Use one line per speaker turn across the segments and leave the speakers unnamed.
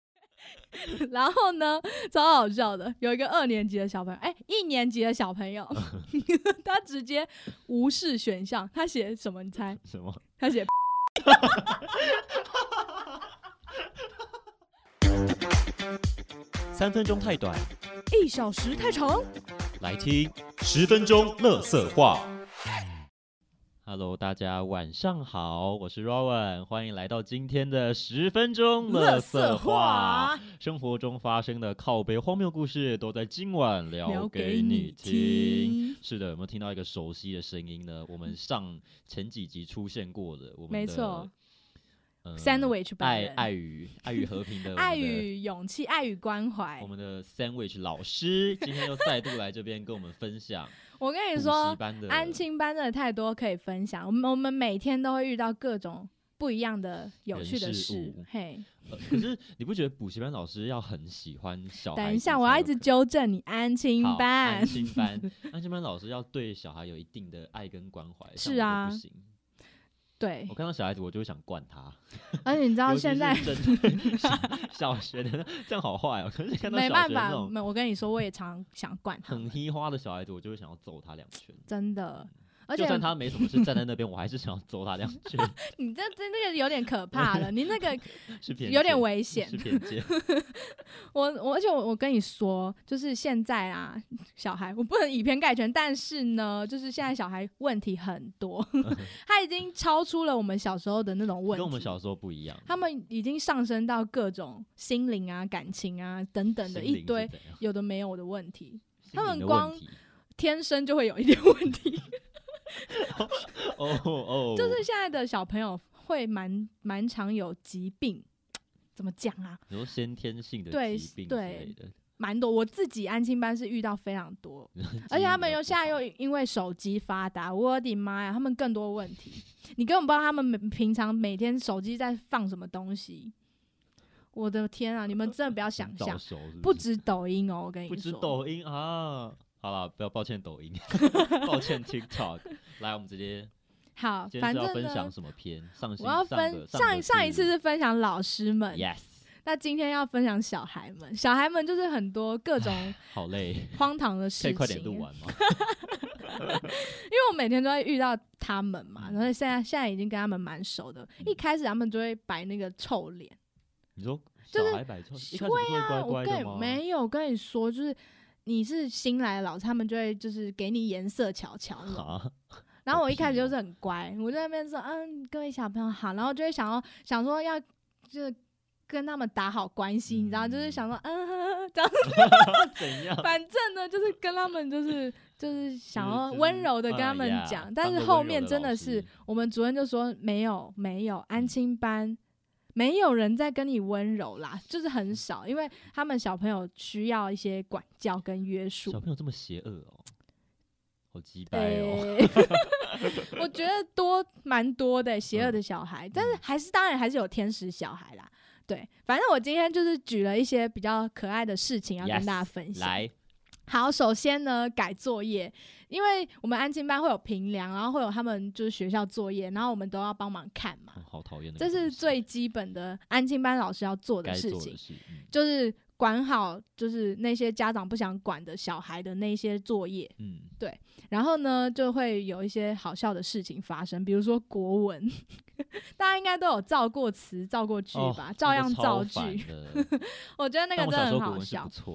然后呢，超好笑的，有一个二年级的小朋友，哎、一年级的小朋 友，他直接无视选项，他写什么？你猜？
什么？
他写
三分钟太短，
一小时太长。
来听十分钟乐色话。Hello，大家晚上好，我是 Rowan，欢迎来到今天的十分钟乐色话。，生活中发生的靠背荒谬故事，都在今晚聊
聊
给
给
你
你
听。
听。
是的，有没有听到一个熟悉的声音呢？我们上前几集出现过的，我们
没
的
错、
呃
Sandwich 本
爱
人
爱与爱与和平的我们的
爱与勇气，爱与关怀
我。们的 Sandwich 老师今天又再度来这边跟我们分享
我 跟
补
你
习
说，
班的
安亲班真的太多可以分享。我们我们每天都会遇到各种不一样的有趣的
人事
事
物。
嘿，
呃可是你不觉得补习班老师要很喜欢小孩？
等一下，我要一直纠正你，安亲
好
班
安。心班， 安心班老师要对小孩有一定的爱跟关怀。像
是
我就
啊
不行。
对
我，看到小孩子，我就会想惯他。
而且你知道
尤其
现
是
在
针对 小小学的那，这样好坏哦。可是看到
没
小
办
学那
法，
种
没我跟你说，我也常想管他
很
们，
黑花的小孩子，我就会想要揍他两拳。
真的。而且
就算他没什么事站在那边，我还是想要揍他两拳，
你这这那个有点可怕了，你那个
是偏见
有点危 险
是。偏见。
我我而且我我跟你说，就是现在啊，小孩我不能以偏概全，但是呢，就是现在小孩问题很多， 他已经超出了我们小时候的那种问
嗯跟
题，
我们小时候不一样。
他们已经上升到各种心灵啊、感情啊等等的
心灵
一
是
堆
怎样，
有的没有的问题，
心
他
灵
们
的问
光
题
天生就会有一点问题。
哦哦，
就是现在的小朋友会蛮蛮常有疾病，怎么讲啊？
你说先天性的
对
疾病之
对
类的，
蛮多，我自己安亲班是遇到非常多，而且他们又现在又因为手机发达，我的妈呀，他们更多问题，你根本不知道他们每平常每天手机在放什么东西。我的天啊，你们真的不要想
早
象，
熟是
不
是
止抖音哦，我跟你
不
说，
止抖音啊。好了，不要抱歉抖 音，抱歉 TikTok。来，我们直接
好，
今天
反
是要
正
分
呢
享，什么片？上星
我要
上
分
个上
一
个
上一次是分享老师们，
Yes，
那今天要分享小孩们，小孩们就是很多各 种
好累，
荒唐的事
可以
情，
快点录完 吗？
因为我每天都会遇到他们嘛，
嗯
然后现在现在已经跟他们蛮熟的。
嗯
一开始他们就会摆那个臭脸，
你说
就
小
是啊
孩摆臭，一开始不是会乖
我
乖的
跟
吗？
没有跟你说，就是你是新来的老师，他们就会就是给你颜色瞧瞧那种。
啊，
然后我
好
一开始
屁哦
就是很乖，我在那边说嗯，各位小朋友好，然后就会想要想说要就是跟他们打好关系，你知道，就是
嗯
想说嗯呵呵这样，
怎样？
反正呢就是跟他们就是就是想
就是
要
就是
温柔的跟他
哎
们
呀
讲，
当
但是
个
后
温柔
面
的
真
老
的是
师
我们主任就说没有没有，
嗯
安亲班没有人在跟你温柔啦，就是很
嗯
少，因为他们小朋友需要一些管教跟约束
小。朋友这么邪恶哦，好鸡掰哦。
对， 我觉得多蛮多的邪恶
嗯
的小孩，但是还是当然还是有天使小孩啦。对，反正我今天就是举了一些比较可爱的事情要跟
Yes，
大家分享。
来，
好，首先呢，改作业，因为我们安静班会有评量，然后会有他们就是学校作业，然后我们都要帮忙看嘛，
哦好讨厌那个
这
东西，
是最基本的安静班老师要做的
该
事
做
情
的，事。嗯
就是管好就是那些家长不想管的小孩的那些作业，
嗯，
然后呢就会有一些好笑的事情发生，比如说国文， 大家应该都有造过词、造过句
哦
吧，
那
照
个
样
超
造
烦
句，
的
我觉得那个
但
真
我
的
小时
很
候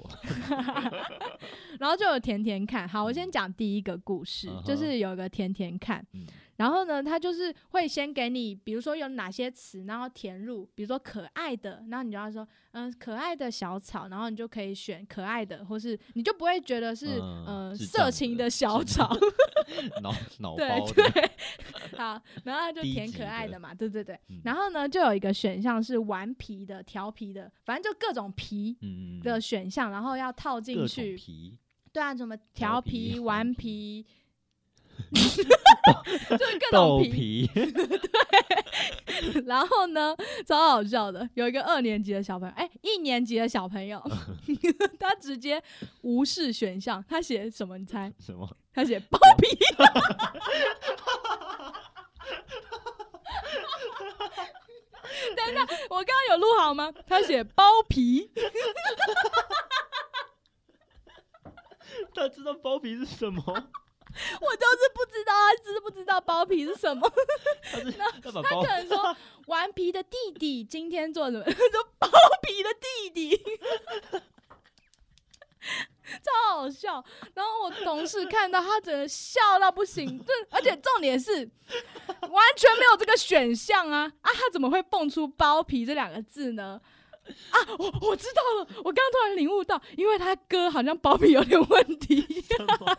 好
国文是
笑
不。错，
然后就有甜甜看。好，我先讲第一个故事
嗯嗯哼
就是有一个甜甜看，
嗯
然后呢，他就是会先给你，比如说有哪些词，然后填入，比如说可爱的，然后你就要说，嗯，可爱的小草，然后你就可以选可爱的，或是你就不会觉得是、
嗯
呃
智
色
障
情
的
的小草，
脑脑
对
包 的
对，好，然后他就
低
填
级
可爱
的
的嘛，对对对，
嗯
然后呢，就有一个选项是顽皮的、调皮的，反正就各种皮
嗯
的选项，然后要套进
各种
去，
皮，
对啊，什么
调
调
皮
皮、
顽
顽皮， 就是各
豆
种皮。
皮，
然后呢，超好笑的，有一个二年级的小朋友，哎、一年级的小朋友，他直接无视选项，他写什么？你猜？
什么？
他写包皮。等一下，我刚刚有录好吗？他写包皮，
他知道包皮是 什么，
我就是不知道他知不知道包皮是什么。
他是他把
他
包
可能说顽皮的弟弟今天做什么？ 说包皮的弟 弟，超好笑。然后我同事看到他，整个笑到不行。这而且重点是完全没有这个选项啊啊！他怎么会蹦出包皮这两个字呢？啊，我我知道了，我刚刚突然领悟到，因为他哥好像包皮有点问题，
什么，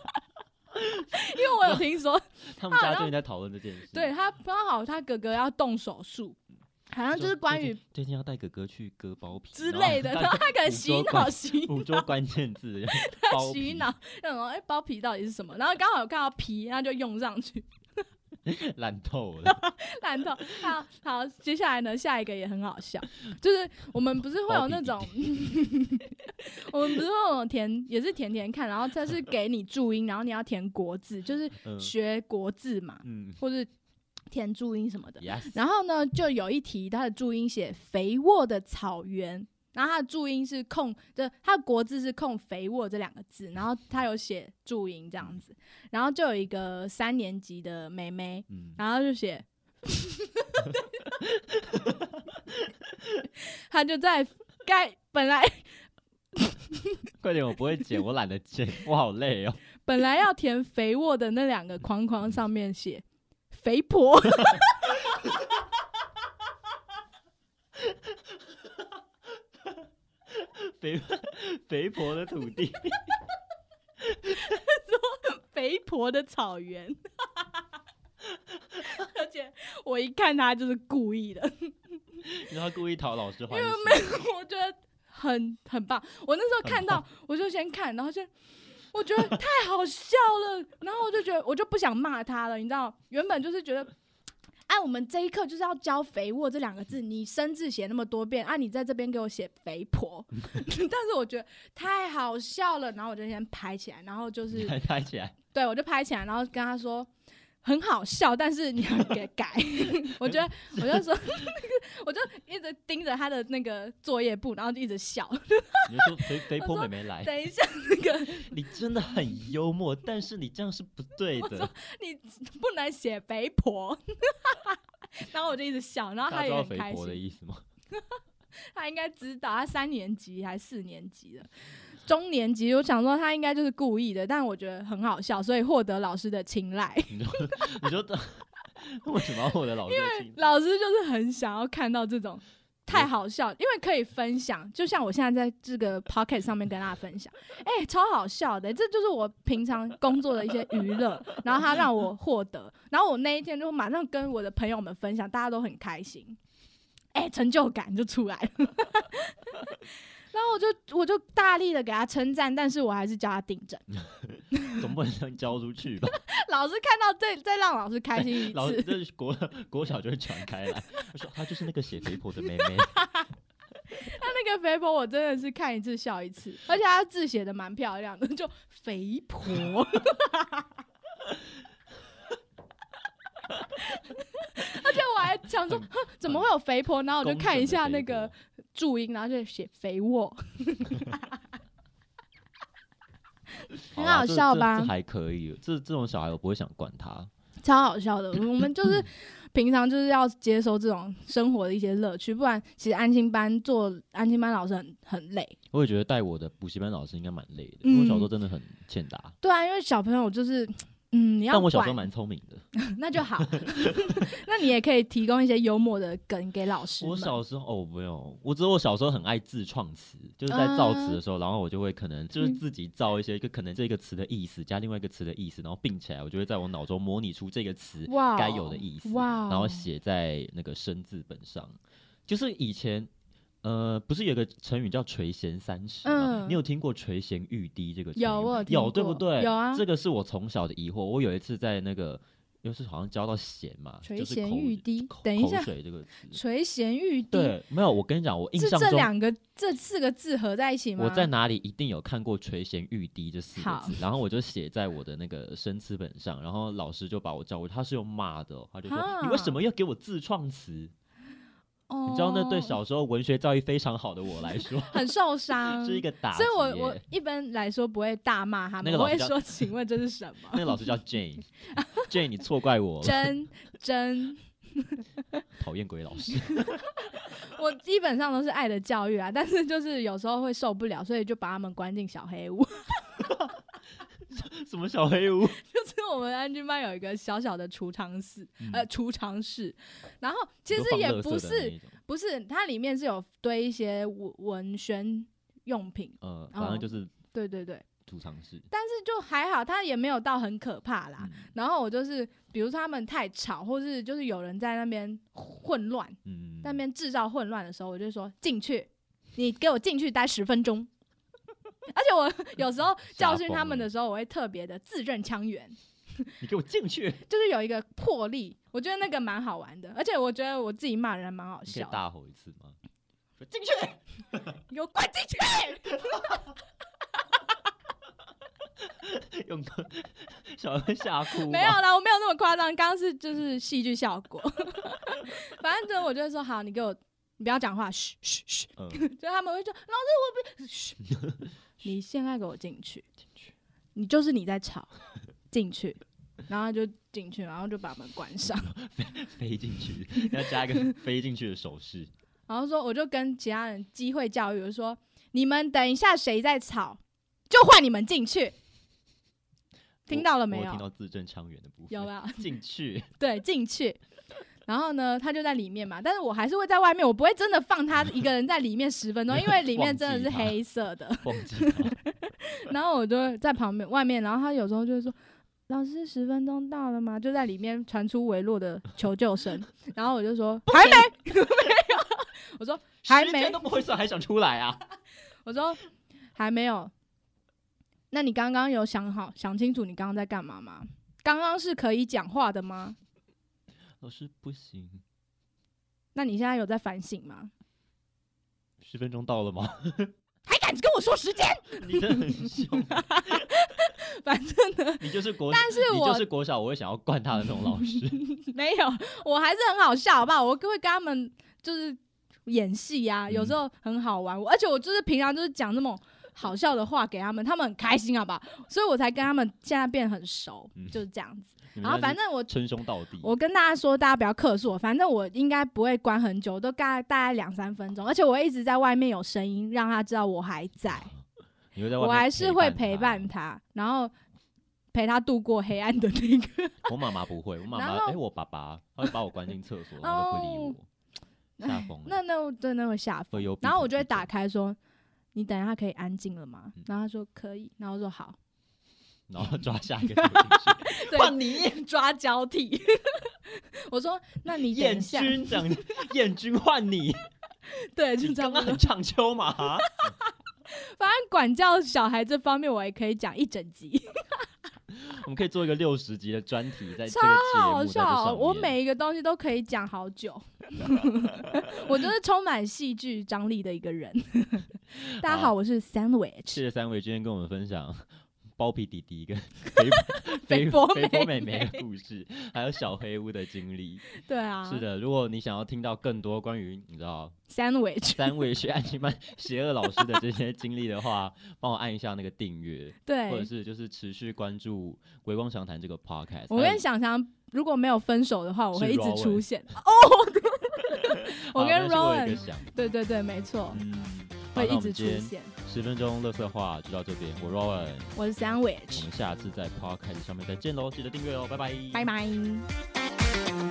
因为我有听说
他们
啊
家
然
最
后
近在讨论这件事。
对他刚好他哥哥要动手术，好像
说，
就是关
最
于
近最近要带哥哥去割包皮
之类的，然后他可能
捕
洗
捉
脑
关
洗
捕捉关 键字，
脑
包
洗
皮
脑，然后哎、包皮到底是什么？然后刚好有看到皮，然后就用上去，
烂透了。
烂透。好好，接下来呢，下一个也很好笑，就是我们不是会有那种， 我们不是会有那种填也是填填看，然后它是给你注音，然后你要填国字，就是
嗯
学国字嘛，
嗯
或是填注音什么的。
，yes，
然后呢，就有一题它的注音写“肥沃的草原”，然后它的注音是空，就它的国字是空“肥沃”这两个字，然后它有写注音这样子，然后就有一个三年级的妹妹，
嗯，
然后就写，她就在该本来
快点，我不会剪，我懒得剪，我好累哦。
本来要填“肥沃”的那两个框框上面写“肥婆”，
肥肥婆的土地，
肥婆的草原。 而且我一看他就是故意的，
然后故意讨老师欢心。
我觉得很很棒。我那时候看到
很，
我就先看，然后就我觉得太好笑了，然后我就觉得我就不想骂他了，你知道，原本就是觉得。哎，我们这一课就是要教“肥沃”这两个字，你生字写那么多遍，啊，你在这边给我写“肥婆”， 但是我觉得太好笑了，然后我就先拍起来，然后就是
拍拍 起来，
对，我就拍起来，然后跟他说很好笑，但是你要给改。 我觉得我就说， 我就一直盯着他的那个作业簿，然后就一直笑。
你就说肥肥婆妹妹来，
等一下，那个
你真的很幽默，但是你这样是不对的。
你不能写肥婆。 然后我就一直笑，然后
大
他
家知
也
道
很
肥
开
婆的
心。
意思吗？
他应该知道，他三年级还是四年级了，中年级。我想说他应该就是故意的，但我觉得很好笑，所以获得老师的青睐。
你说，你说，为什么要我的老师听？
老师就是很想要看到这种太好笑，因为可以分享。就像我现在在这个 p o c k e t 上面跟大家分享，哎、超好笑的、这就是我平常工作的一些娱 乐。然后他让我获得，然后我那一天就马上跟我的朋友们分享，大家都很开心，哎、成就感就出来了。 然后我就我就大力的给他称赞，但是我还是叫他订 正。
总不能这样教出去吧？
老师看到这，再让老师开心一
老师
次。
这是国国小就会传开来，他说她就是那个写肥婆的妹妹。
他那个肥婆，我真的是看一次笑一次，而且他字写的蛮漂亮的，就肥 婆。而且我还想说，哼怎么会有肥婆？然后我就
工
看
整
一
的
下
肥
那个
婆
注音，然后就写肥沃，很
啦
好
这
笑
这
吧
这还可以，这这种小孩我不会想管他。
超好笑的。我们就是 平常就是要接收这种生活的一些乐趣，不然其实安心班做安心班老师很很累。
我也觉得带我的补习班老师应该蛮累的，因为我小时候
嗯
真的很欠打，
对啊，因为小朋友就是，嗯，你要
但我小时候
管
蛮聪明的。
那就好。 那你也可以提供一些幽默的梗给老师们。
我小时候哦，没有，我只有我小时候很爱自创词，就是在造词的时候，然后我就会可能就是
嗯
自己造一些，就可能这个词的意思加另外一个词的意思，然后并起来，我就会在我脑中模拟出这个词
哇哦
该有的意思，
哇哦，
然后写在那个生字本上。就是以前呃，不是有个成语叫垂涎三尺吗？
嗯
你有听过垂涎欲滴这个成语吗？
有我有听
有对不
过
对？
有啊
这个是我从小的疑惑。我有一次在那个。又是好像教到咸嘛，
垂
就是
涎
口
欲滴
口
等一下
口水这个词，
垂涎欲滴，
对，没有，我跟你讲，我印
是
象
这
中
两个这四个字合在一起吗？
我在哪里一定有看过“垂涎欲滴”这四个
好
字，然后我就写在我的那个生词本上，然
啊
后老师就把我叫过去，他是用骂的哦、他就说：“你为什
哈
么要给我自创词？”
哦，
你知道那对小时候文学造诣非常好的我来说
很受伤，
是一个打击
嗯所
耶。
以我我一般来说不会大骂他们，
那个
我
老
会
师叫
说：“请问这是什么
那个 老师叫 Jane，Jane 你错怪我？”了，
真真，
讨厌鬼 老师。
我基本上都是爱的教育啊，但是就是有时候会受不了，所以就把他们关进小黑屋。
什么小黑屋？
就是我们安军班有一个小小的储藏室，呃，
嗯
储藏室，然后其实也不是，不是，它里面是有堆一些文文宣用品，
嗯、呃，
哦
反正就是
对对对，
储藏室。
但是就还好，它也没有到很可怕啦。
嗯
然后我就是，比如说他们太吵，或是就是有人在那边混乱，
嗯，
在那边制造混乱的时候，我就说进去，你给我进去待十分钟。 而且我 有时候教训他们的时候，我会特别的字正腔圆，
你给我 进去，
就是有一个魄力，我觉得那个蛮好玩的。而且我觉得我自己骂人还蛮好
你可以
笑的，
大吼一次吗？说进去，
你给我滚进去！
用个 小孩会吓哭。
没有，啦，我没有那么夸张，刚刚是就是戏剧效 果。反正就是我就会说好，你给我，你不要讲话，嘘嘘嘘。
嗯，
就他们会说老师我不，嘘，你现在给我进去，你就是你在吵，进去，然后就进去，然后就把门关上，
飞进去，要加一个飞进去的手势。
然后说我就跟其他人机会教育，我就说你们等一下谁在吵，就换你们进去， 听
我
到了没
我
有
听到字正腔圆的部分。
有没啊有？
进去，
对，进去。然后呢，他就在里面嘛，但是我还是会在外面，我不会真的放他一个人在里面十分 钟，因为里面真的是
忘记他
黑色的。
忘 记了。
然后我就会在旁边外面，然后他有时候就会说：“老师，十分钟到了吗？”就在里面传出微弱的求救 声，然后我就说：“还没，没有。”我说：“还
时
没
间都不会算，还想出来啊？
我说还没有。那你刚刚有想好想清楚你刚刚在干嘛吗？刚刚是可以讲话的吗？
老师不行，
那你现在有在反省吗？
十分钟到了吗？
还敢跟我说时间？
你真的很 凶，
反正呢，
你就是国，
但是
你
我
就是国小，我会想要惯他的那种老 师。
没有，我还是很好笑，好不好？我会跟他们就是演戏呀、
嗯
有时候很好玩。我而且我就是平常就是讲这种好笑的话给他们，他们很开心，好不好？所以我才跟他们现在变很熟，
嗯
就是这样子。
你们
然后
真的是
反正我
称兄道弟，
我跟大家说，大家不要克诉我，反正我应该不会关很久，都大概大概两三分钟，而且我会一直在外面有声音，让他知道我还在，
你会在外
我
面
还是会陪
陪
伴
他。
他，然后陪他度过黑暗的那个。
我妈妈不会，我妈
然
妈
后
哎，我爸爸他会把我关进厕所，然后都不理
哦
我，吓疯
那
了。
那我真的会吓
会有，
然后我就会打，开说：“你等一下可以安静了吗？”
嗯
然后他说：“可以。”然后我说：“ 好。
然后抓下一 个丢进去”
对，你抓交替。 我说：“那你等
燕
一下。
君讲燕君换 你，”
对，就
你
这样
刚刚
子。
很唱秋嘛，
反正管教小孩这方面，我也可以讲一整集，
我们可以做一个六十集的专题，在
超
这个节目
好
在这
笑哦。
上
我
面
每一个东西都可以讲好 久。我就是充满戏剧张力的一个 人。大家好，
好
我是 Sandwich。
谢谢三位今天跟我们分享包皮弟弟跟肥
肥
肥
波
肥波
妹
妹
妹
妹的故事，还有小黑屋的经历。
对啊，
是的，如果你想要听到更多关于你知道
Sandwich。
三位学安亲班邪恶老师的这些经历的话，帮我按一下那个订阅，或者
对，
是就是持续关注《微光详谈》这个 podcast。
我跟想想，如果没有分手的话，我会
是
一直
Rowan
出 现。哦
好
我跟
没关系我有一
Rowan
个想，
对对对，没错，
嗯，好
会
那
一
我
直
们
出
今天
现。
十分钟乐色话就到这边，我 Rowan，
我是
我
Sandwich，
们下次在 podcast 上面再见喽，记得订阅哦，拜拜，
拜拜。